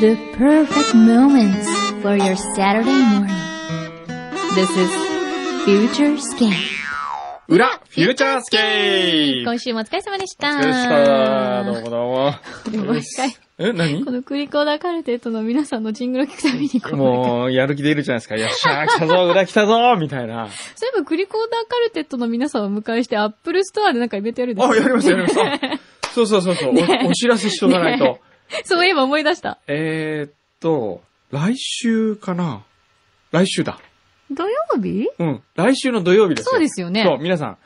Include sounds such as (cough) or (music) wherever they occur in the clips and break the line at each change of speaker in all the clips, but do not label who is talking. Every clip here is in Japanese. The perfect moments for your Saturday morning. This is Future Scan.
裏、フューチャースケープ
今週もお疲れ様でした。
お疲れ様でした。どうもどうも。
もう一回
え、何
このクリコーダーカルテットの皆さんのジングルを聞くたびにこうなんか
(laughs) もう、やる気出るじゃないですか。よっしゃー、来たぞ、裏来たぞ、みたいな。
そういえばクリコーダーカルテットの皆さんをお迎えしてアップルストアでなんかイベントやるんです
あ、
よ
やりました、やりました。そうそうそうそう、お、お知らせしとかないと
ね。そういえば思い出した。
えーっと、来週かな来週だ。
土曜日
うん。来週の土曜日ですよ。
そうですよね
そう、皆さん。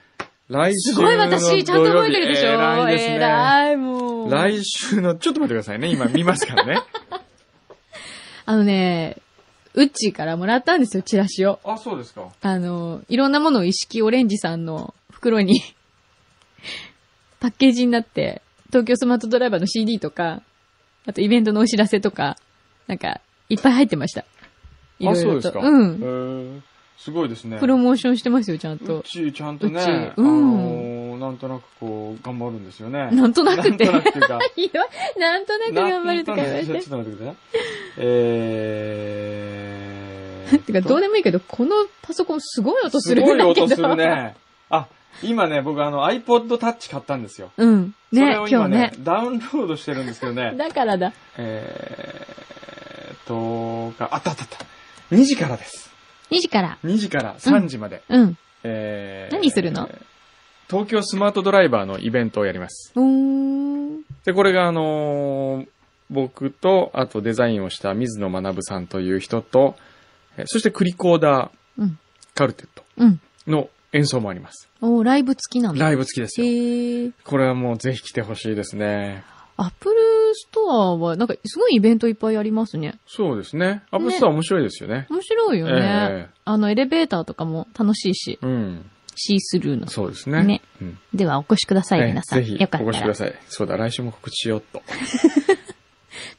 来週
す
の土
ご
曜
い
日。
私、ちゃんと覚えてるでしょ。
偉いですね。
偉い、もう。
来週の、ちょっと待ってくださいね。今見ますからね。
あのね、うっちーからもらったんですよ、チラシを。
あ、そうですか。
あの、いろんなものを一式オレンジさんの袋に、 (laughs) パッケージになって、東京スマートドライバーの CD とか、あとイベントのお知らせとか、なんか、いっぱい入ってました。いろ
あ、
い
そう
ろ
です
と。
か。
う
へ
ん。
ー。すごいですね。
プロモーションしてますよ、ちゃん
う
と。
ち、ちゃんとね、
うちうん
あのーなんとなくこう、頑張るんですよね。
なんと (laughs) なくって
なんとなくっていうか。
いや、なんとなく頑張るとか言われ
な
て
んと。なくちょっと待ってください。え
(laughs)
ー。
てか、どうでもいいけど、このパソコンすごい音するんだけど。
すごい音する。ね。あ、今ね、僕あの iPod Touch 買ったんですよ。
うん。
そ
ね
れを、
今
今
日
ね
ね。
ダウンロードしてるんですけどね。
だからだ。
えーっと、かあったあったあった。2時からです。
2時から。
2時から3時まで。
うん。
えー
何するの
東京スマートドライバーのイベントをやります。
うーん。
で、これがあのー僕と、あとデザインをした水野学さんという人と、えーそしてクリコーダ
う
ー
ん
カルテット
うん。
の演奏もあります。
おーライブ付きなんだ。
ライブ付きですよ。
へえ。
これはもうぜひ来てほしいですね。
アップルストアは、なんか、すごいイベントいっぱいありますね。
そうですね。アップストア面白いですよね。
面白いよね。
ええ
あの、エレベーターとかも楽しいし、
うん。
シースルーの。
そうですね。
ね
うん
では、お越しください、
ええ
皆さん。
ぜひ
よかっ
お越した
ら
くだ。さい。そうだ、来週も告知しようっと。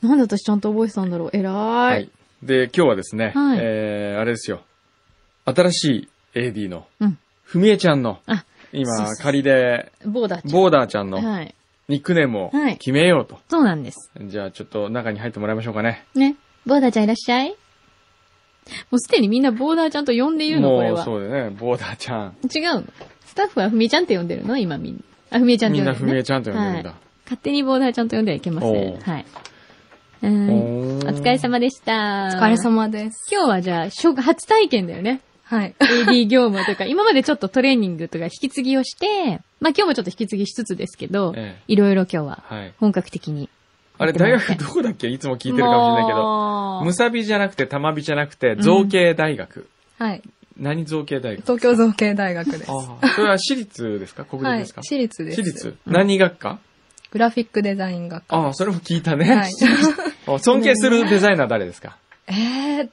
なんで私ちゃんと覚えてたんだろう。偉い。
はい。で、今日はですね、
はい
えー、あれですよ。新しい AD の
うん、
ふみえちゃんの、
あそうそう
今、
そう
仮で、
ボーダーちゃん。
ボーダーちゃんの
はい。
ニックネームを
はい
決めようと。
そうなんです。
じゃあちょっと中に入ってもらいましょうかね。
ね。ボーダーちゃんいらっしゃい。もうすでにみんなボーダーちゃんと呼んでいるの、これ
もう
は。
そうだよね、ボーダーちゃん。
違うの。スタッフはふみえちゃんって呼んでるの今みんな。あ、ふみえちゃんって
み
呼んでる、
んな
ね。
ふみえちゃんと呼んでるんだ
は。勝手にボーダーちゃんと呼んではいけませ
お
ん。
う
はい。うーん。
お
お疲れ
で
様でした。
お疲れ。様です。
今日はじゃあ、初初体験だよね。
はい。 (laughs)
AD 業務という (laughs) か、今までちょっとトレーニングとか引き継ぎをして、まあ今日もちょっと引き継ぎしつつですけど、
ええ
いろいろ今日は
はい。
本格的に。
あれ、大学どこだっけいつも聞いてるかもしれないけど。む
ど。
さびじゃなくて、たまびじゃなくて、造形大学。
はい。
何造形大学
東京造形大学です。
ああ。それは私立ですか国立
は
で
い
すか。
私立です。
私立
うん
何学科
グラフィックデザイン学科。
ああ、それも聞いたね。
はい。
(laughs) お尊敬するデザイナー誰ですか
(laughs) えー、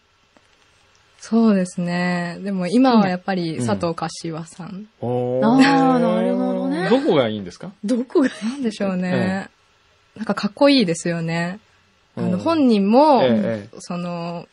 そうですね。でも今はやっぱり佐藤柏さん。
おー
あーなるほどね
どこがいいんですか
どこが
なんでしょうね。なんかかっこいいですよね。あ
うん
の、本人も、
えええ
その、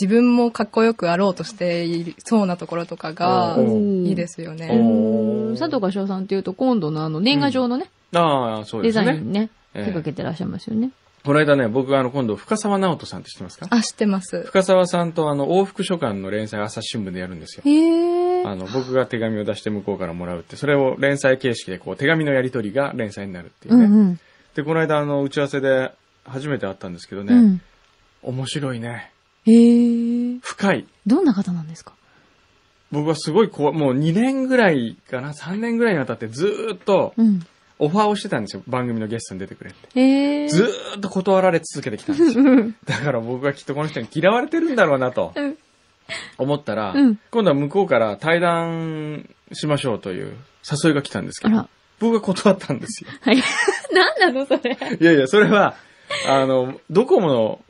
自分もかっこよくあろうとしていそうなところとかが
お、ー
いいですよ
お
ね。
ー
佐藤柏さんっていうと、今度のあの、年賀状のね、
ああ、そう
デ
です
ザ
ね。
インね、手
ええ
掛けてらっしゃいますよね。
この間ね、僕あの、今度、深沢直人さんって知ってますか
あ、知ってます。
深沢さんとあの、往復書館の連載朝日新聞でやるんですよ。
へえ。
あの、僕が手紙を出して向こうからもらうって、それを連載形式でこう、手紙のやり取りが連載になるっていううね。
んうん。
で、この間あの、打ち合わせで初めて会ったんですけどね、
うん。
面白いね。
へえ。
深い。
どんな方なんですか
僕はすごいこう、もう2年ぐらいかな、3年ぐらいにわたってずーっと
うん。
オファーをしてたんですよ。番組のゲストに出てくれって。
へえ。
ずーっと断られ続けてきたんですよ。
うん。
だから僕はきっとこの人に嫌われてるんだろうなと
うん
思ったら、
うん
今度は向こうから対談しましょうという誘いが来たんですけ
あ (laughs)
ど
ら、。
僕が断ったんですよ。 (laughs)
はい。なんなのそれ。
いやいや、それは、あの、ドコモの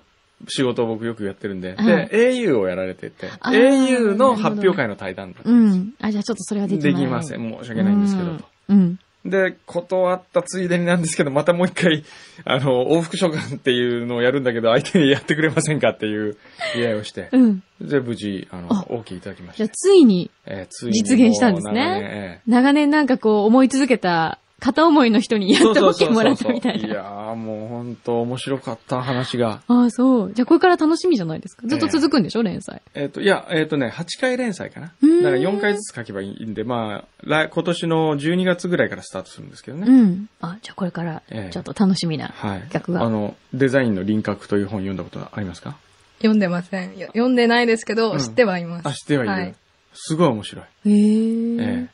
仕事を僕よくやってるんで、
はい
で、au をやられてて、
あー
au の発表会の対談だった
うん
ですよ。
ん。あ、じゃあちょっとそれはでき
で
ない。
きません。申し訳ないんですけどと。
うん。
で、断ったついでになんですけど、またもう一回、あの、往復書館っていうのをやるんだけど、相手にやってくれませんかっていう依頼をして
う、ん。
で、無事、あの、
あ
OK いただきまし
じゃあ
た。
ついに、
えーつ
実現したんですね
もう長年え
長年なんかこう思い続けた片思いの人にやっとボケもらったみたい
い
な。
やーもうほんと面白かった話が。
ああ、そう。じゃあこれから楽しみじゃないですか。ずっと続くんでしょ、連載。
えっ、と、いや、えっ、とね、8回連載かな。
うーん
だから4回ずつ書けばいいんで、まあ、来今年の12月ぐらいからスタートするんですけどね。
うん。あ、じゃあこれから
ええ、
ちょっと楽しみな
はい。
企画が
あの、デザインの輪郭という本読んだことありますか
読んでません。よ読んでないですけど、
うん
知ってはいます。
あ、知ってはいる。
はい
すごい面白い。
へ
え
え
え。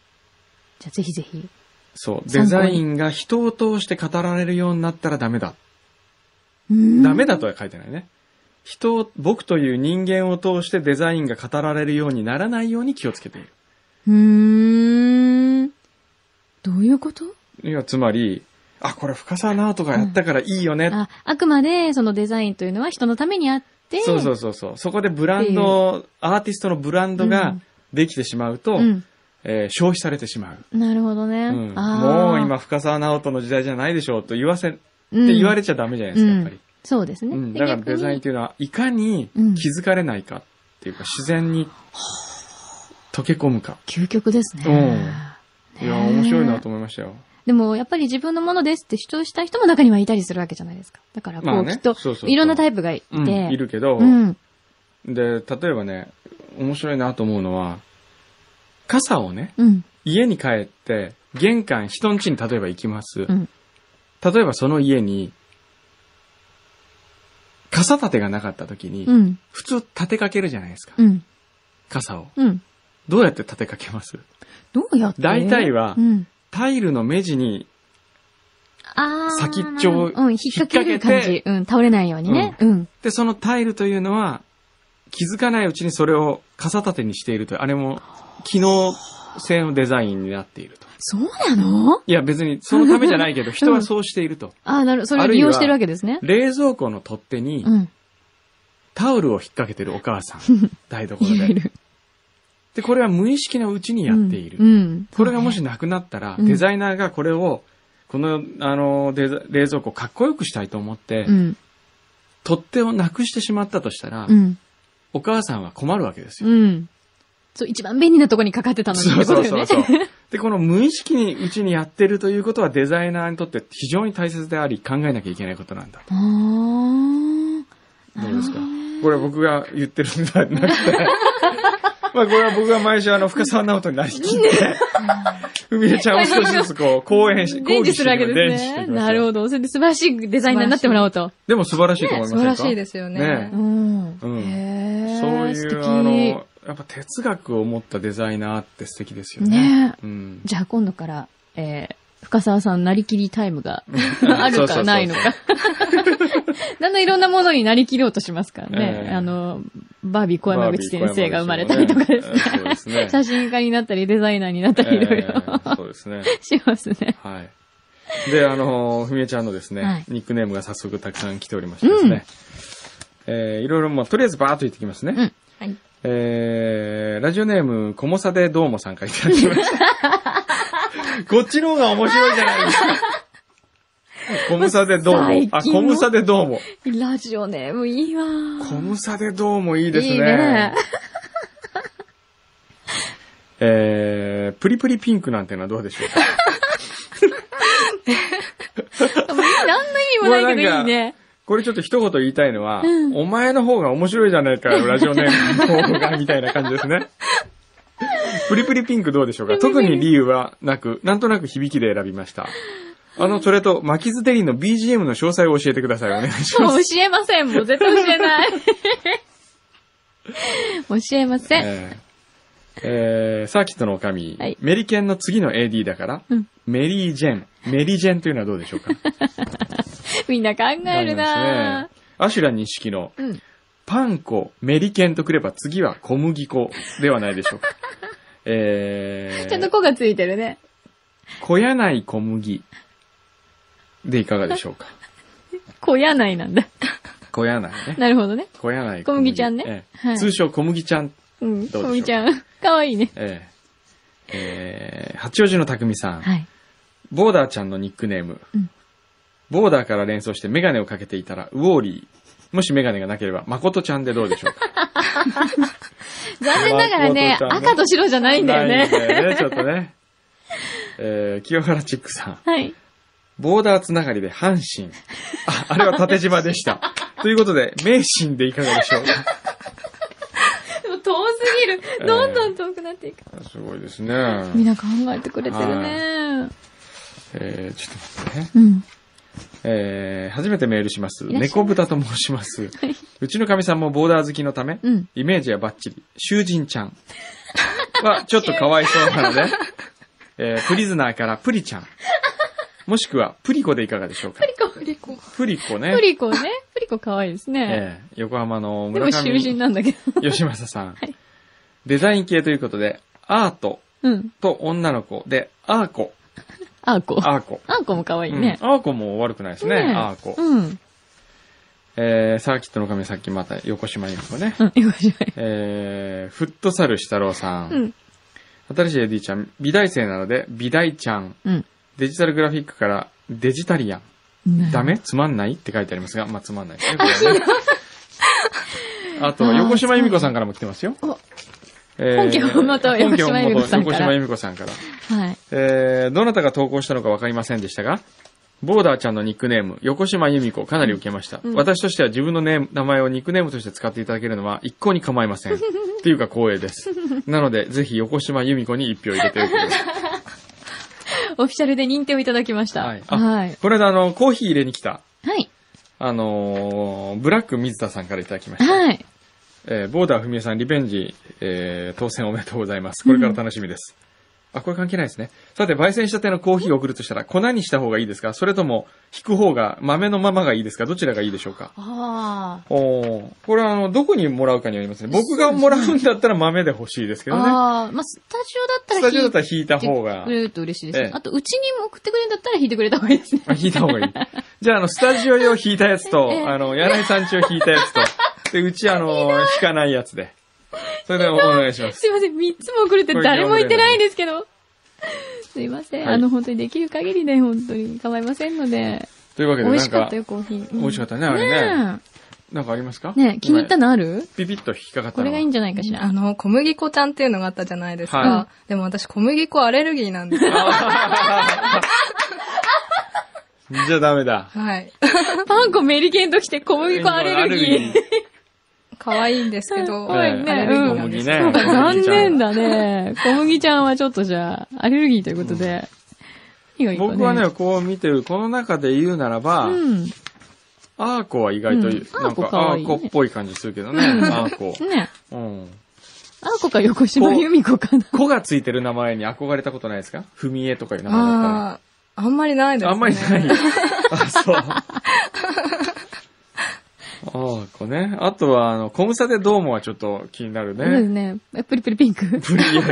じゃあぜひぜひ。
そう。デ
参考
ザ
に
インが人を通して語られるようになったらダメだ。ダ
ダ
メだとは書いてないね。人を、僕という人間を通してデザインが語られるようにならないように気をつけている。
うーん。どういうこと
いや、つまり、あ、これ深沢直人がやったからいいよね。
あ、あくまでそのデザインというのは人のためにあって、
そうそうそうそう。そこでブランド、アーティストのブランド
う
が
ん
できてしまうと、
うん。
えー消費されてしまう。
なるほどね。
うん
あー
もう今、深沢直人の時代じゃないでしょうと言わせ、って言われちゃダメじゃないですか、やっぱり。
そうですね。
うん、
で
だからデザイン
逆に
っていうのは、いかに気づかれないかっていうか、自然に溶け込むか。
究極ですね。
うん
ねえ
いや、面白いなと思いましたよ。
でも、やっぱり自分のものですって主張したい人も中にはいたりするわけじゃないですか。だから、こ
まあ
う、
ね
きっと
そうそう、そう
いろんなタイプがいて、
うん、いるけど、
うん。
で、例えばね、面白いなと思うのは、傘をね、
うん。
家に帰って、玄関、人ん家に例えば行きます。
ん
例えばその家に、傘立てがなかった時に、
うん。
普通立てかけるじゃないですか。
うん。
傘を。
うん。
どうやって立てかけます
どうやって
大体は
うん。
タイルの目地に
あー
先っちょを
うん、引っ掛ける感
引
じ。うん、倒れないようにね。うん。
で、そのタイルというのは、気づかないうちにそれを傘立てにしているという、あれも、機能性のデザインになっていると。
そうなの
いや、別にそのためじゃないけ
(laughs)
ど、人はそうしていると。
あーなるそれ
あ
を
るい
利
は
用してるわけですね。
冷蔵庫の取っ手に
うん。
タオルを引っ掛けてるお母さん、台所
い
で。
る。
で、これは無意識のうちにやっている。
うんうん。
これがもしなくなったら、
うん
デザイナーがこれを、この、あの、デザ冷蔵庫をかっこよくしたいと思って、
うん。
取っ手をなくしてしまったとしたら、
うん。
お母さんは困るわけですよ
うん。そう、一番便利なとこにかかってたのにってことよね。
そうそ
(laughs)
うそうそう。で、この無意識にうちにやってるということはデザイナーにとって非常に大切であり考えなきゃいけないことなんだ。
あー
どうですか
なるほね
これ僕が言ってるんじ
(laughs)
ゃなくて。まあこれは僕が毎週あの、深沢直人になりきって、ふみえちゃんを少しずつこう、講演
(laughs)
し、
伝授するわけ
講義
で
して
す
い
ね。
きましょう
なるほど。それで素晴らしいデザイナーになってもらおうと。
でも素晴らしいと思い
素
ませ
晴
んから
しいですよね。
ね
う
え
ん。
うん
へー
そう
素
いう、
敵
あの、やっぱ哲学を持ったデザイナーって素敵ですよね。
ねえ
うん。
じゃあ今度から、えー、深沢さんなりきりタイム
(laughs)
が
う
(laughs)
ん
あるかないの
(laughs)
か。 (laughs) だんだんいろんなものになりきろうとしますからね。
ええ
あの、バービー小山口先生が生まれたり
り
とかですね。
(laughs) そうですね。
写真家になったり、デザイナーになったり、いろいろ
えーそうですね。
しますね。
はい。で、あのー、ふみえちゃんのですね、
はい
ニックネームが早速たくさん来ておりましてですね。えーいろいろ、まあ、とりあえずバーっと言ってきますね。
うん
はい
えーラジオネーム、こもさでどうもさんからいただきま
(laughs)
した。こっちの方が面白いじゃないですか。こむさでどうも
最。
あ、
近
こ
の
むさでどうも。
ラジオネームいいわ
こ
ー。
むさでどうもいいですね。
いいね。
えー、プリプリピンクなんてのはどうでしょうか。
何の意味もないけどいいね。
これちょっと一言言いたいのは、
うん
お前の方が面白いじゃないかよ、ラジオネー
(laughs)
ムの方が、みたいな感じですね。プリプリピンクどうでしょうか特に理由はなく、なんとなく響きで選びました。あの、それと、マキズデリの BGM の詳細を教えてください。お願いしま
も
す。
う教えません。もう絶対教え
(laughs)
ない。教えません。
えーえーサーキットの女将、
はい
メリケンの次の AD だから、
うん
メリージェン、メリジェンというのはどうでしょうか
みんな考える
ありま
な
すねアシュラ錦の、
ーうん。
パン粉、メリケンとくれば次は小麦粉ではないで
(laughs)
しょうか。えー、
ちゃんと子がついてるね。
小柳小麦でいかがでしょう
(laughs)
か。
小柳なんだ。
小柳ね。
なるほどね。
小柳
小麦ちゃんね
ええ
はい
通称小麦ちゃん。
うん。
どうでしょう
小麦ちゃん。かわいいね。
えええー八王子の匠さん、
はい。
ボーダーちゃんのニックネーム。
うん
ボーダーから連想してメガネをかけていたらウォーリー。もしメガネがなければ、誠ちゃんでどうでしょうか。
残念ながらね、
まあ
赤と白じゃないんだよ
ないん
ね。
だよね、ちょっとね。えー、清原チックさん。
はい。
ボーダーつながりで阪神。あ、あれは縦島
(laughs)
でした。ということで、名神でいかがでしょうか
でも遠すぎる。どんどん遠くなっていく。
すごいですね。
み (laughs) んな考えてくれてるね。
えー、ちょっと待ってね。
うん。
えー、初めてメールします。
いらっしゃい
猫豚と申します。
はい。
うちのかみさんもボーダー好きのため、
うん。
イメージはバッチリ。囚人ちゃんはちょっとかわいそうな
(laughs)
ので、えー、プリズナーからプリちゃん。もしくはプリコでいかがでしょう
プ
か
リコ、プリコ。
プリコね。
プリコね。プリコ可愛いですね。
えー、 (laughs) 横浜の
で
村
も囚人
上
なんだけど。
吉正さ
(laughs) は
ん、
い
デザイン系ということで、アート
うん。
と女の子で、アーコ、
アーコ。
アーコ。
アーコも可愛い
うん
ね。
アーコも悪くないですね、
ね
アーコ。
うん。
えー、サーキットの神さっきまた横島由子ね。
(laughs) うん。よくしない。
えー、フットサルしたろうさん。
うん。
新しい AD ちゃん、美大生なので、美大ちゃん。
うん。
デジタルグラフィックから、デジタリアン。
なる
ダメつまんないって書いてありますが、まあ、つまんないですね、これは
(laughs)
ね。あと、
あー
横島由美子さんからも来てますよ。
お
えー
本家をまた横島由美子さんから
本家をまた横島由美子さんから。
はい。
えー、どなたが投稿したのかわかりませんでしたが、ボーダーちゃんのニックネーム、横島由美子、かなり受けました。
うん
私としては自分のネーム名前をニックネームとして使っていただけるのは一向に構いません。っていうか光
(laughs)
栄です。なので、ぜひ横島由美子に一票入れておいてくださ
オフィシャルで認定をいただきました。
は
はいい。
あ
はい
い。。これであの、コーヒー入れに来た、
はい。
あのーブラック水田さんからいただきました。えーボーダー文江さん、リベンジ、えー当選おめでとうございます。これから楽しみです。あ、これ関係ないですね。さて、焙煎したてのコーヒーを送るとしたら、粉にした方がいいですかそれとも、引く方が、豆のままがいいですかどちらがいいでしょうか
ああ。
おーこれは、あの、どこにもらうかによりますね。僕がもらうんだったら豆で欲しいですけどね。
ああ、まあ、スタジオだ
ス
ったら
タジオだったら引いた方が
く、れると嬉しいですね
ええ。
あと、うちにも送ってくれるんだったら引いてくれた方がいい (laughs) ですね。
あ引いた方がいい。じゃあ、あの、スタジオ用引いたやつと、あの、柳井さんちを引いたや
(laughs)
つと、で、うち、あの、引かないやつで。それでお願いします。
すいません、3つも送るって誰も言ってないんですけど。すいません、
はい
あの、本当にできる限りで、本当に構いませんので。
というわけ
美味
で、なん
しか
か
った、よ、コーヒー。うん
美味しかったね、あれね。なんかありますか
えねえ気に入った
の
のある
ピピッと引っかかった
こ
の
れがいいんじゃないかし
あ
ら。
の、小麦粉ちゃんっていうのがあったじゃないですか。
は
でも私、小麦粉アレルギーなんですよ。
(laughs) (laughs) じゃあダメだ。
はい。
パン粉メリケンときて小麦粉アレルギー。
可愛いんですけ
(laughs)
ど、
可愛いね
アレルギーなんですよ
(laughs) そうか、
小麦
残
ちゃん
念だね。小麦ちゃんはちょっとじゃあ、アレルギーということで。いいわいいわ
僕はね、、こう見てる、この中で言うならば、
うん。
アーコは意外と、
うん
な
ア
ん
ーコ
か
可
ア
愛い
ー
ね
コっぽい感じするけどね、
うん
アーコ。
ね
うん。
あこか横島由美子かな。
子がついてる名前に憧れたことないですかふみえとかいう名前だったら。
ああ、あんまりないですね。
あんまりない。 (laughs) あ、そう。ああ、これね。あとは、あの、コムサでどうもはちょっと気になる
そうです
ね。
ね。プリプリピンク。
プリエ。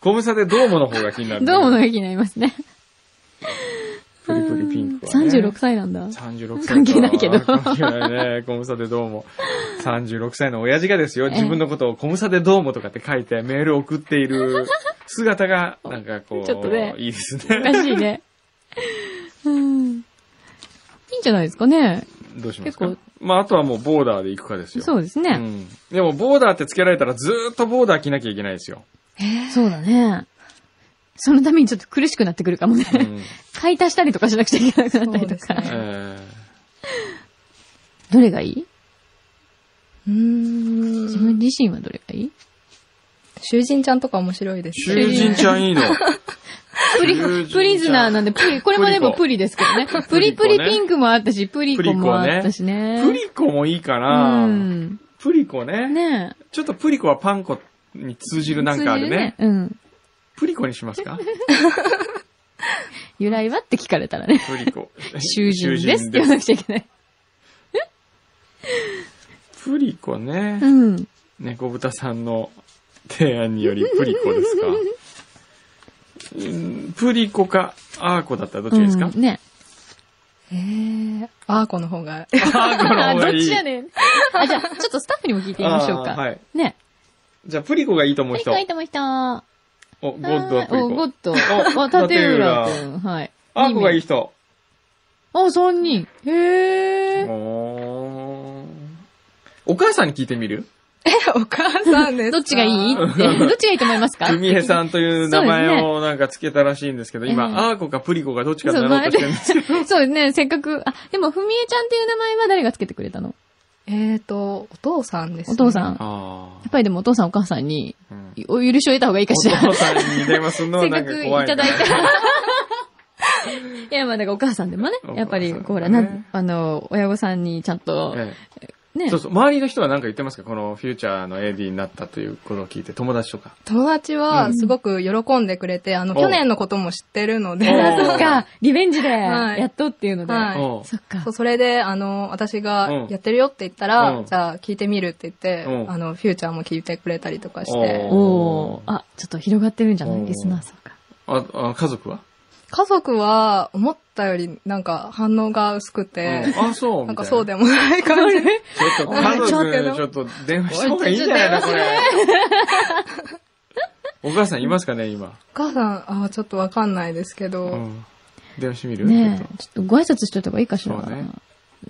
コムサでどうもの方が気になる、
どうもの気になりますね。
プリプリピンクは、ね。
36歳なんだ。
36歳。
関係ないけど
関係ないね。コムサでどうも。36歳の親父がですよ、自分のことをコムサでどうもとかって書いてメール送っている姿が、なんかこう、
ちょっとね
いいです
お
ね。
かしいね。うん。いいんじゃないですかね。
どうしますか
結
まあ、あとはもうボーダーで行くかですよ。
そうです
う
ね。
ん。でも、ボーダーってつけられたらずーっとボーダー着なきゃいけないですよ。
そうだね。そのためにちょっと苦しくなってくるかもね。
うん。
買い足したりとかしなくちゃいけなくなったりと
そう
か
で。す
え
ね
ー
どれがいいう
ーん。
自分自身はどれがいい
囚人ちゃんとか面白いですね
囚人ちゃんいいの。
(laughs) プリ、
友人ちゃん
プリズナーなんで、プリ、これもでも
(laughs) プ
プリですけどね。プリプリ
プリコね
ピンクもあったし、プリコもあったしね。
プリコもいいか
う
な、
ん。
プリコね
ね
ちょっとプリコはパンコに通じ
え。
るなんかあるね。
通じる。うん。
プリコにしますか
由来はって聞かれたらね。
プリコ。
(laughs) 囚人ですって言
囚
わなくちゃいけない。
プリコ
う
ね。
ん。
猫豚さんの提案によりプリコで
(laughs)
すか。うんプリコかアーコだったらどっちがいいですか、
うんね。
えー、アーコの方
(laughs) ア
が。(laughs)
ーコの
あ、(laughs)
方
ど
が
っ
いい。
ちやねん。あ、じゃあ、ちょっとスタッフにも聞いてみましょう
あ
か。
ーはい。
ね。
じゃあプリコがいいと思う
はい、
人。
書いてました。
お、ゴッドはプリ
お、ゴ
コ。
ッド。
お
お、
立
縦
浦
浦君。はい。
アーコがいい
い。
人。
お、三人。へえ。
おーお母さんに聞いてみる
お母さんですか
どっちがいいって。
(laughs)
どっちがいいと思いますか
ふみえさんという名
そうで
前
す
をなんかつけたらしいんですけど、
ええ
今、アーコかプリコかどっちかになろうとしてるんですけど。
(laughs) そうですね、せっかく。あ、でも、ふみえちゃんっていう名前は誰がつけてくれたの
えっと、お父さんです、
お父さん。や
あ
っぱりでもお父さんお母さんに、
あ。うん
お許しを得た方がいいか
お
しら。
父さんに電話するのはなんか怖い
せ
な。
っかくいた
(laughs)
だいや、まあ、だからお母さんでもね
お母さんでも、ね
やっぱり、こうほら、なん、あの、親御さんにちゃんと、
ええ
ね
そう、そう、周りの人は何か言ってますかこのフューチャーの AD になったということを聞いて、友達とか。
友達はすごく喜んでくれて、あの、
お
去年のことも知ってるので、
お
そっか、リベンジで、
はい
やっとっていうので、
はい
おう
そっか
そう、それで、あの、私
うん
がやってるよって言ったら、
うん
じゃあ聞いてみるって言って、
うん
あの、フューチャーも聞いてくれたりとかし
お
て、
おーあ、ちょっと広がってるんじゃな
お
い
ー
リスナーさんが。
あ、あ家族は
家族は思ったよりなんか反応が薄くて、
うんあ、そう。
なんか
みたい
そうでもない感
(laughs)
じ。
ちょっと家
ちょっと
族にちょっと電話した方がいいんじゃないな、これ。
(laughs)
お母さんいますかね、今。
お母さん、あちょっとわかんないですけど、
うん。電話してみる
ね
ちょっ
え、ちょっとご挨拶しといた方がいいかしら
そうね。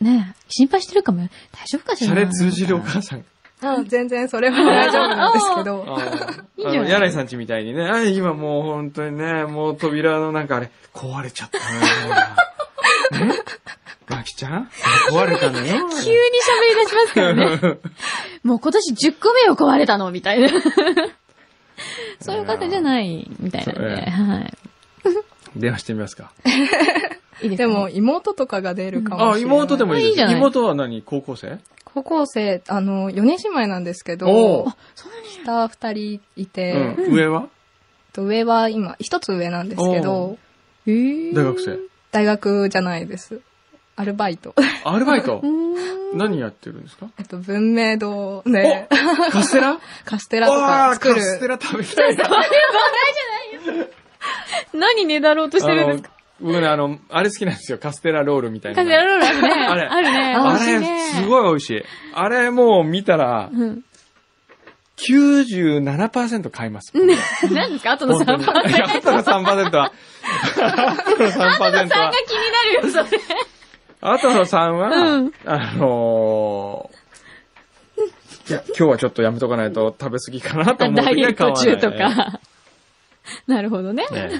ねえ、心配してるかもよ。大丈夫か
と
し
シ
ら。
ャレ通じるお母さん。
あ全然それは大丈夫なんですけど、
あ
いいんじゃ
の、
ない
柳井さんちみたいにね、あ今もう本当にね、もう扉のなんかあれ、壊れちゃったなねマキちゃん壊れたのよ。
急に喋り出しますからね。
(laughs)
もう今年10個目を壊れたの、みたいな。そういう方じゃない、みたいなん
そう
で。
ね
はい。
電話してみますか。
いいですかね
でも妹とかが出るかも
あ、
しれない。
妹でもいい
い
で
い
す。
じゃない
妹は何高校生
高校生、あの、4人姉妹なんですけ
お
ど
う、
下2人いうて、
ん。上は
と上は今、一つ上なんです
お
けど、
えー
大学生。
大学じゃないです。アルバ
(laughs)
イト。
アルバイト
うーん
何やってるんですか
えっと、文明堂で、
カステラ
カステラとか作
わあカステ
る。
ラ食べた
(laughs)
いな。
(laughs) 何ねだろうとしてるんですか
あの僕ね、あの、あれ好きなんですよ。カステラロールみたいな。
カステラロールあるね。
あれ
あるね。
あ
美味しい
れ、
ね
すごい美味しい。あれもう見たら、
うん。
97%買います。
何ですかあとの
本当
3
に。
パーセント。
あとの3%は、あとの3%
3が
は、
気になるよ、それ。
あとの3
う
は
ん、
あのー、いや、今日はちょっとやめとかないと食べ過ぎか (laughs) なと
(laughs)
思う
ダイ
時
エ
は
ッ
買
ト
わない。
中とか。 (laughs) なるほどね。
ね。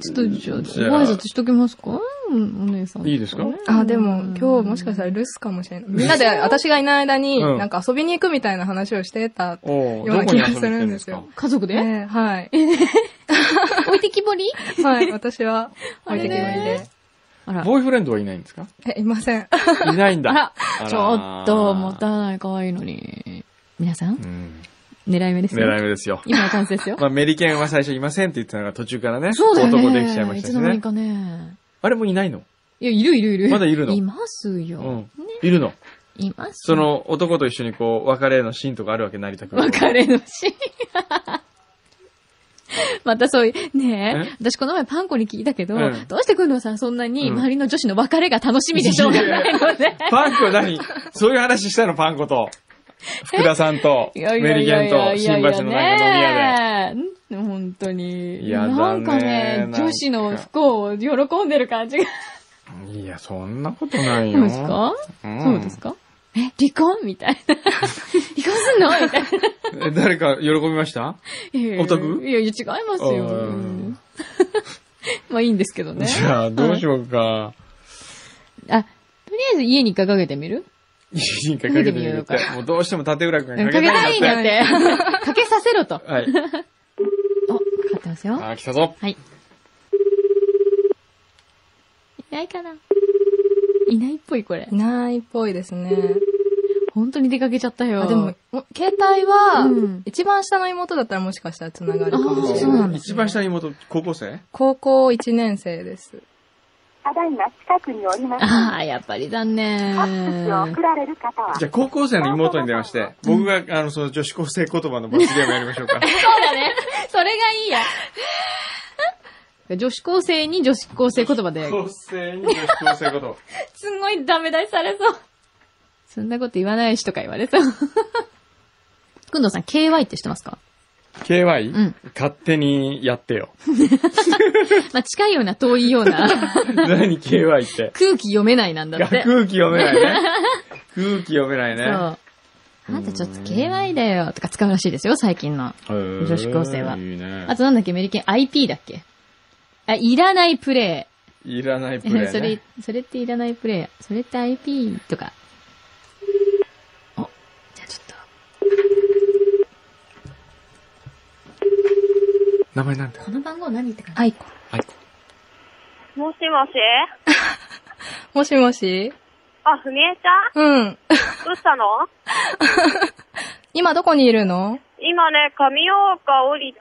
ちょっと、じゃあ、
じゃあ
ご挨拶しときますかうんお姉さん。
いいですか
あ、でも、今日もしかしたら留守かもしれない。みんなで、私がいない間に、
うん
なんか遊びに行くみたいな話をしてた。
おう
よう
ど
な
こ
気
に遊びに
が
来
す
て
る
るん
ん
で
ですす
か
よ
家族で
ねはい。 (laughs)
置いてきぼり
はい、私は、
(laughs) あ
置い
れ
てきぼり
ね
で。
あら。
ボーイフレンドはいないんですか
え、いません。
(laughs) いないんだ。
あら、ちょ
ら
っと、もったいない、可愛いのに。皆さん
う、ん。
狙い目ですよ。
狙い目ですよ。
今のチャンスですよ。
まあ、メリケンは最初いませんって言ってたのが途中からね、
そうだよね。
男できちゃいました
いつ
し
の間に
ね。
かね。
あれもいないの
いや、いるいるいる。
まだいるの
います
う
よ。
ん。いるの。
います。
そ、の男と一緒にこう、別れのシーンとかあるわけ、成田君。
別れのシーン。 (laughs) またそういう、ねえ、私この前パンコに聞いたけど、
うん
どうしてくんのさんそんなに
うん
周りの女子の別れが楽しみでしょうがないので。
パンコ何そういう話したの、パンコと。福田さんと、
い
メ
やいや
リ
い
ケ
や
ン
い
と
や、
新橋のなんか飲み屋で。
ねえ本当に。
いやだね
なんか
な
ね
ん、か
女子の不幸を喜んでる感じが。
いや、そんなことない
そ
よ。
うですか、
うん
そうですかえ、離婚みたい (laughs) な。離婚すんのみたいな
え誰か喜びました
いやいや。
オタク
いやいや、違います
う
よ。
ん
(laughs) まあいいんですけどね。
じゃあ、どうしよう
あ、
か。
とりあえず家に一回かけてみる
一人かけてみるって
かけてみよう。
もうどうしても縦浦君
うんか
がか
け
けた
たいん
いんだ
だ
っ。
ってて。 (laughs) かけさせろと。お、か
はい。
かってますよ。
あー、来たぞ。
はい。いないかないないっぽい、これ
い。ないっぽいですね。
本当に出かけちゃったよ。
あ、でも、も携帯は
うん、
一番下の妹だったらもしかしたら繋がるかもしれ
あ
ない。
そうなんだ
一番下に妹、高校生
高校1年生です。
ただいま近くにおります。
ああ、やっぱり残
アップスを
念
送。られる方は
じゃ、あ、高校生の妹に電話して、僕が、あの、その女子高生言葉の罰ゲームやりましょう
(laughs)
か。
そうだね。それがいいや。女子高生に女子高生言葉で、
高校生に女子高生言葉。
すんごいダメ出しされそう。そんなこと言わないしとか言われそう。くんどうさん、KY って知ってますか
KY?、
ん
勝手にやってよ。 (laughs)
まあ、近いような遠いような (laughs)
何 KY って。
空気読めないなんだって。
空気読めないね。空気読めないね。
そう。あんたちょっと KY だよとか使うらしいですよ、最近の。
女
女子高生はい
いね。
あとなんだっけ、メリケン IP だっけあ、いらないプレ
いらないプ
イ。
レイ、
(laughs)
ね。
それ、それっていらないプレイや。それって IP とか。お、じゃあちょっと。
名前なんだ
この番号何って感
アイコン。
アイコ
もしもし
もしもし
あ、ふみえちゃ
うん。
んどうしたの
今どこにいるの
今ね、神岡
(laughs)
降りて、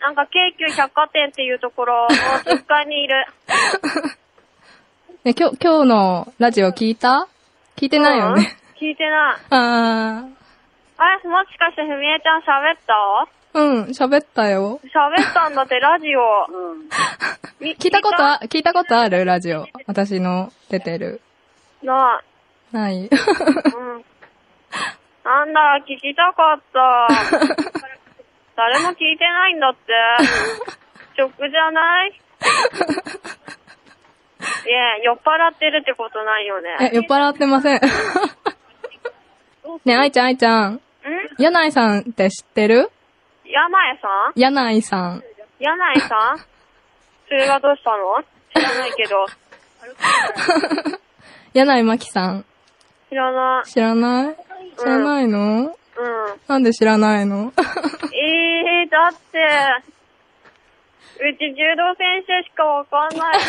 なんか京急百貨店っていうところの10階にいる。
ね、今日、今日のラジオ聞いた聞いてないよね。
うん聞いてない。
(laughs) あ
あれ、もしかしてふみえちゃん喋った
ー。うん、喋ったよ。
喋ったんだって、ラジオ。み
聞いたことあ、聞いたことあるラジオ。私の出てる。
な
ない。 (laughs)
い。うん。なんだ、聞きたかった。誰も聞いてないんだって。ショックじゃないいや、酔っ払ってるってことないよね。
え、酔っ払ってません。 (laughs) ね、愛ちゃん、愛ちゃん。
ん
柳井さんって知ってる
山江さん
柳井さん。
柳井さんそれはどうしたの知らないけど。
柳井真紀さん。
知らない。
知らない知らないの
うん。
なんで知らないの (laughs)
ええー、だって、うち柔道先生しかわかんないの。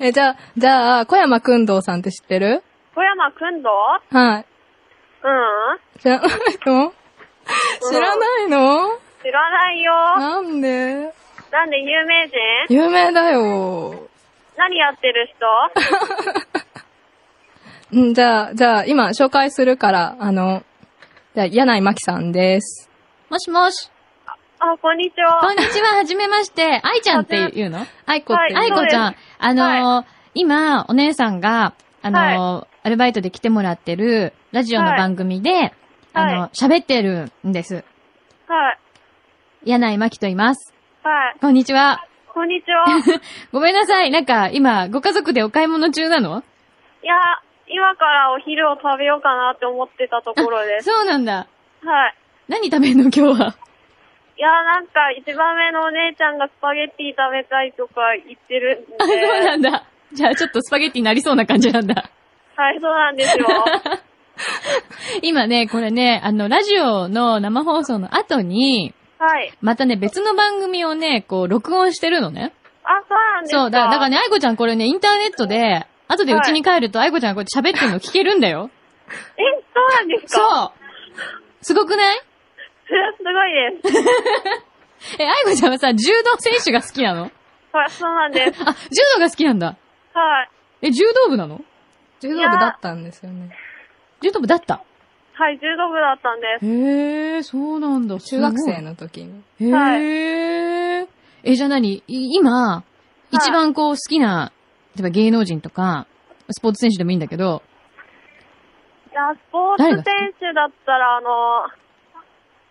え、じゃあ、じゃあ、小山くんどうさんって知ってる
小山くんど
はい。
うん
知らないの (laughs) 知らないの
知らないよ。
(laughs) なんで
なんで有名人
有名だよ。
何やってる
(laughs)
人
んじゃあ、じゃあ、今紹介するから、あの、じゃあ、柳井真紀さんです。
もしもし。
あ、こんにちは。
こんにちは、はじめまして。愛ちゃんって言うの
愛子っていう。
愛子ちゃん、あのー今、お姉さんが、あのーアルバイトで来てもらってる、ラジオの番組で、あのー喋ってるんです。
はい。
柳井真紀と言います。
はい。
こんにちは。
こんにち
(laughs)
は。い
ごめんなさい。なんか、今、ご家族でお買い物中なの
や、今からお昼を食べようかなって思ってたとこ
(laughs)
ろです。
そうなんだ。
はい。
何食べんの今日は。
いや、なんか、一番目のお姉ちゃんがスパゲッティ食べたいとか言ってるんで。
(laughs) あ、そうなんだ。じゃあ、ちょっとスパゲッティになりそうな感じなんだ。
はい、そうなんで
(laughs)
すよ。
今ね、これね、あの、ラジオの生放送の後に、
はい。
またね、別の番組をね、こう、録音してるのね。
あ、そうなんですか
そう、だ、だからね、愛子ちゃんこれね、インターネットで、後でうちに帰ると愛子ちゃんがこうやって喋ってるの聞けるんだよ。
え、 (laughs) そうなんです
そ
か
うすごくない
それは (laughs) すごいです。
え、愛子ちゃんはさ、柔道選手が好きなの
はい、そうなんです。
あ、柔道が好きなんだ。
はい。
え、柔道部なの
柔道部だったんですよね。
柔道部だった。
はい、柔道部だったんです。
へえ、そうなんだ。
中学生の時に。
へえ。え、じゃあ何い今、
い
一番こう好きな、例えば芸能人とか、スポーツ選手でもいいんだけど、
いや、スポーツ選手だったら、あの、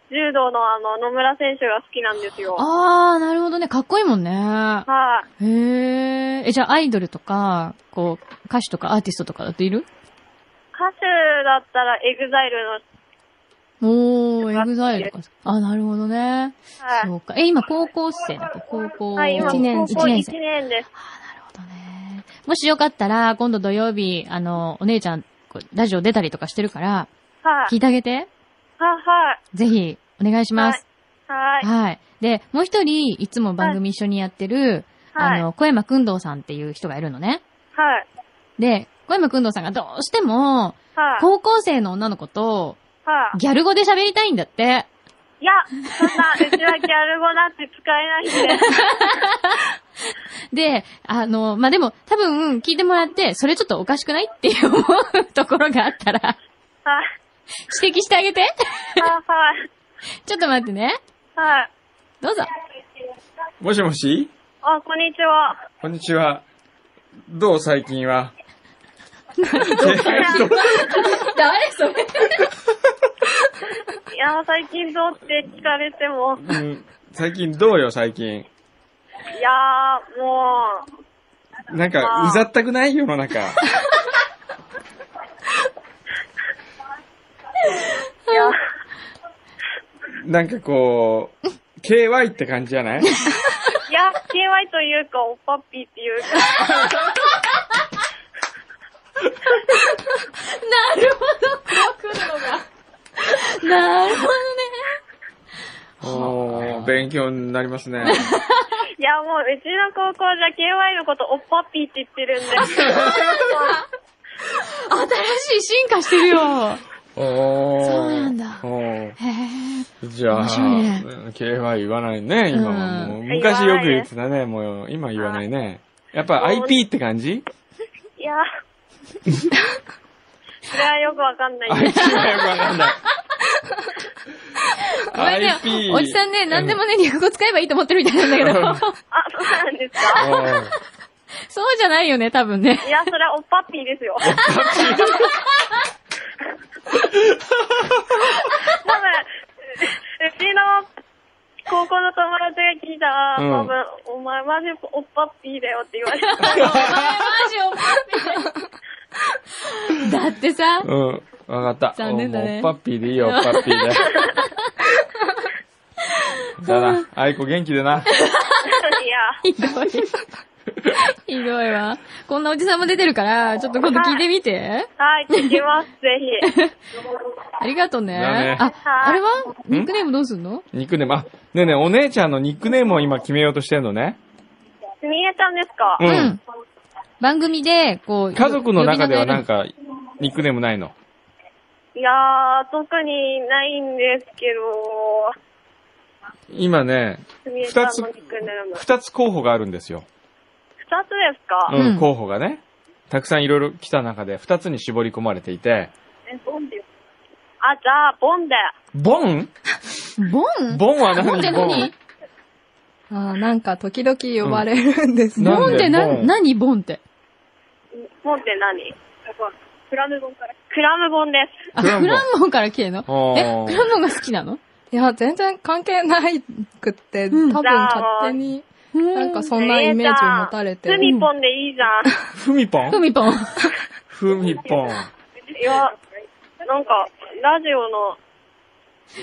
柔道のあの、野村選手が好きなんですよ。はい、
あー、なるほどね。かっこいいもんね。へーえ、じゃあアイドルとか、こう、歌手とかアーティストとかだっている
歌手だったら、エグザイルの、
おー、エグザイルとか。あ、なるほどね。
はい。
そうか。え、今高校生だっけ高校
はい、今、
一
高
一
校
年
1
生。なる
年です。
ほどね。もしよかったら、今度土曜日、あの、お姉ちゃん、こうラジオ出たりとかしてるから、
はい、
聞いてあげて。
はい、はい、
ぜひ、お願いします。
はい、
はい。で、もう一人、いつも番組一緒にやってる、
は
あ
い、
の、小山くんどうさんっていう人がいるのね。
はい、
で、小山くんどうさんがどうしても、
はい、
高校生の女の子と、
はい。
ギャル語で喋りたいんだって。
いや、そんな、うちはギャル語なんて使えないん
(laughs)
で。
で、あの、まあ、でも、多分、聞いてもらって、それちょっとおかしくないって思うところがあったら、
はい、
指摘してあげて。
はい、はい、
ちょっと待ってね。
はい。
どうぞ。
ン。もしもし
あ、こんにちは。
こんにちは。どう最近は。
(laughs) 誰それ
いや、最近どうって聞かれても、
(laughs) うん、最近どうよ最近。
いやー、もう、
なんか、うざったくない世の中。
いや、
なんかこう、KY って感じじ
(laughs)
ゃない
いや、KY というか、おっぱっぴーって (laughs) いうか、
なるほど、こう来るのが。なるほどね。
おー、勉強になります
(laughs)
ね。
いや、もう、うちの高校じゃ KY のこと、おっぱっぴーって言ってるんで、
新しい進化してるよ。
おー。
そうなんだ
おー
へえ。
じゃあ、
面白いね
うん KY 言わないね、今はもう。
ん
昔よく言ってたね、もう、今言わないね。やっぱ IP って
(laughs)
感じ
いや、それはよくわかんない
?IP はよくわかんない。
ごめんね
IP。
おじさんね、何でもね、略語使えばいいと思ってるみたいなんだけど。
あ、そうなんですか
おー。
そうじゃないよね、多分ね。
いや、それはおっぱっぴーですよ。多分、うちの高校の友達が聞いたら、
うん
多分、お前マジおっぱっぴーだよって言われた。
お前マジお前み (laughs) たいなだってさ、
うん。わかった。
残念だね
おもうおっぱっぴーでい
(laughs)
いよ、おっぱっぴーで。だな。あいこ元気でな。
いや、
ひどい。ひどいわ。こんなおじさんも出てるから、ちょっと今度聞いてみて。
はい、聞きます、ぜひ。
ありがとうね。
だね
あ、あれはニックネームどうすんの
ニックネーム、あ、ねえねえ、お姉ちゃんのニックネームを今決めようとしてんのね。
みえちゃんですか、
うん
うん。番組で、こう。
家族の中ではなん
か。
か、ニックネームないの。
いやー、特にないんですけど、
今ね、
みえちゃんのニックネーム。二つ
二つ候補があるんですよ。
ですか、
う
うん
ん、候補がね。たくさんいろいろ来た中で二つに絞り込まれていて、
え、ボンであ、じゃあ、ボンで。
ボン
ボン
ボンは何
ボンって何
ああ、なんか時々呼ばれるんですね。
な
ボンってな、
ボン
何ボンって。
ボンって何クラムボンから。クラムボンです。
あ、
クランボン
フランボンから来てんの
あ
え、
ー
フランボンが好きなの
いや、全然関係ないくって、
うん
多分勝手に、
な
なんかそんなイメージ持たれて。
スミポンでいいじゃん。
ふみぽ
ふ
ん
みぽん。
ふみぽん。
いや、なんか、ラジオの、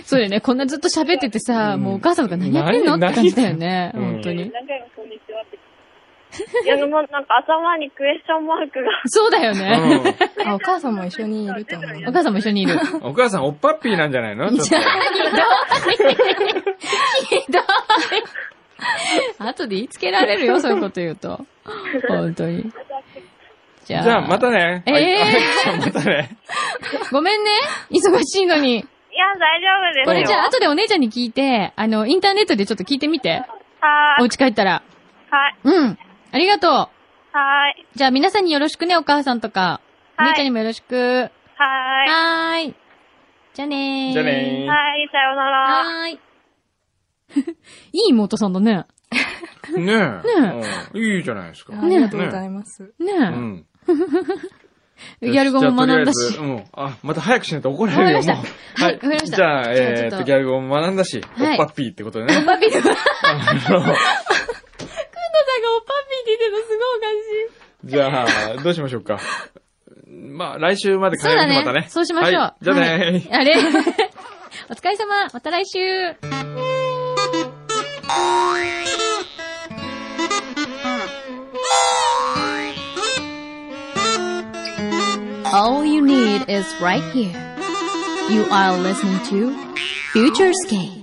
そうだよね。こんなずっと喋っててさ、
うん
もうお母さんが何やってんのって
何
感じだよね。
うん
本当に。
何回もこんにちはって。いや、でもなんか頭にクエスチョンマークが。 (laughs)
そうだよね。
う
あ、お母さんも一緒にいると思
お
う。
母さんも一緒にいる。
ん。お母さん、おっぱっぴーなんじゃないの
ひどい
ちょっ
(laughs) ひどい後で言いつけられるよ、そういうこと言うと。本当に。じゃあ。
とじゃあ、またね。
えー
はいはい (laughs) じゃあまたね。
ごめんね。忙しいの
(laughs)
に。
いや、大丈
こ
夫
れ
で
じ
すよ
ゃあ、。後でお姉ちゃんに聞いて、あの、インターネットでちょっと聞いてみて。
は
お
ーい。
家帰ったら。
はい。
うん。ありがと
はーい。
う。じゃあ、皆さんによろしくね、お母さんとか。お
はい
姉ちゃんにもよろしく。
はーい。
はーい。じゃあねー。
じゃあねー
はい、さようなら。
はーい。 (laughs) いい妹さんだね。
ねえ。うんいいじゃないですか。
ありがとうございます。
ね
う
え。
ん。
ギャル語も学んだ
よ
し
しじゃあと。りあえずうん。あ、また早くしないと怒られるよ、
わかりました
もう。
はいわかりました
じゃあ、
じゃあちょ
え
っと
ーっと、ギャル語も学んだし、
はい
おっぱっぴーってことでね。 (laughs)
(laughs) パピーだ。くんのさんがおパピーって言ってるのすごいおかしい。
じゃあ、どうしましょうか。まあ、来週まで帰
そうだ
るまた
ね
ね。。
そうしましょう。
はいじゃあね。
はいあれ (laughs) お疲れ様。また来週。All you need is right here. You are listening to Future Skate.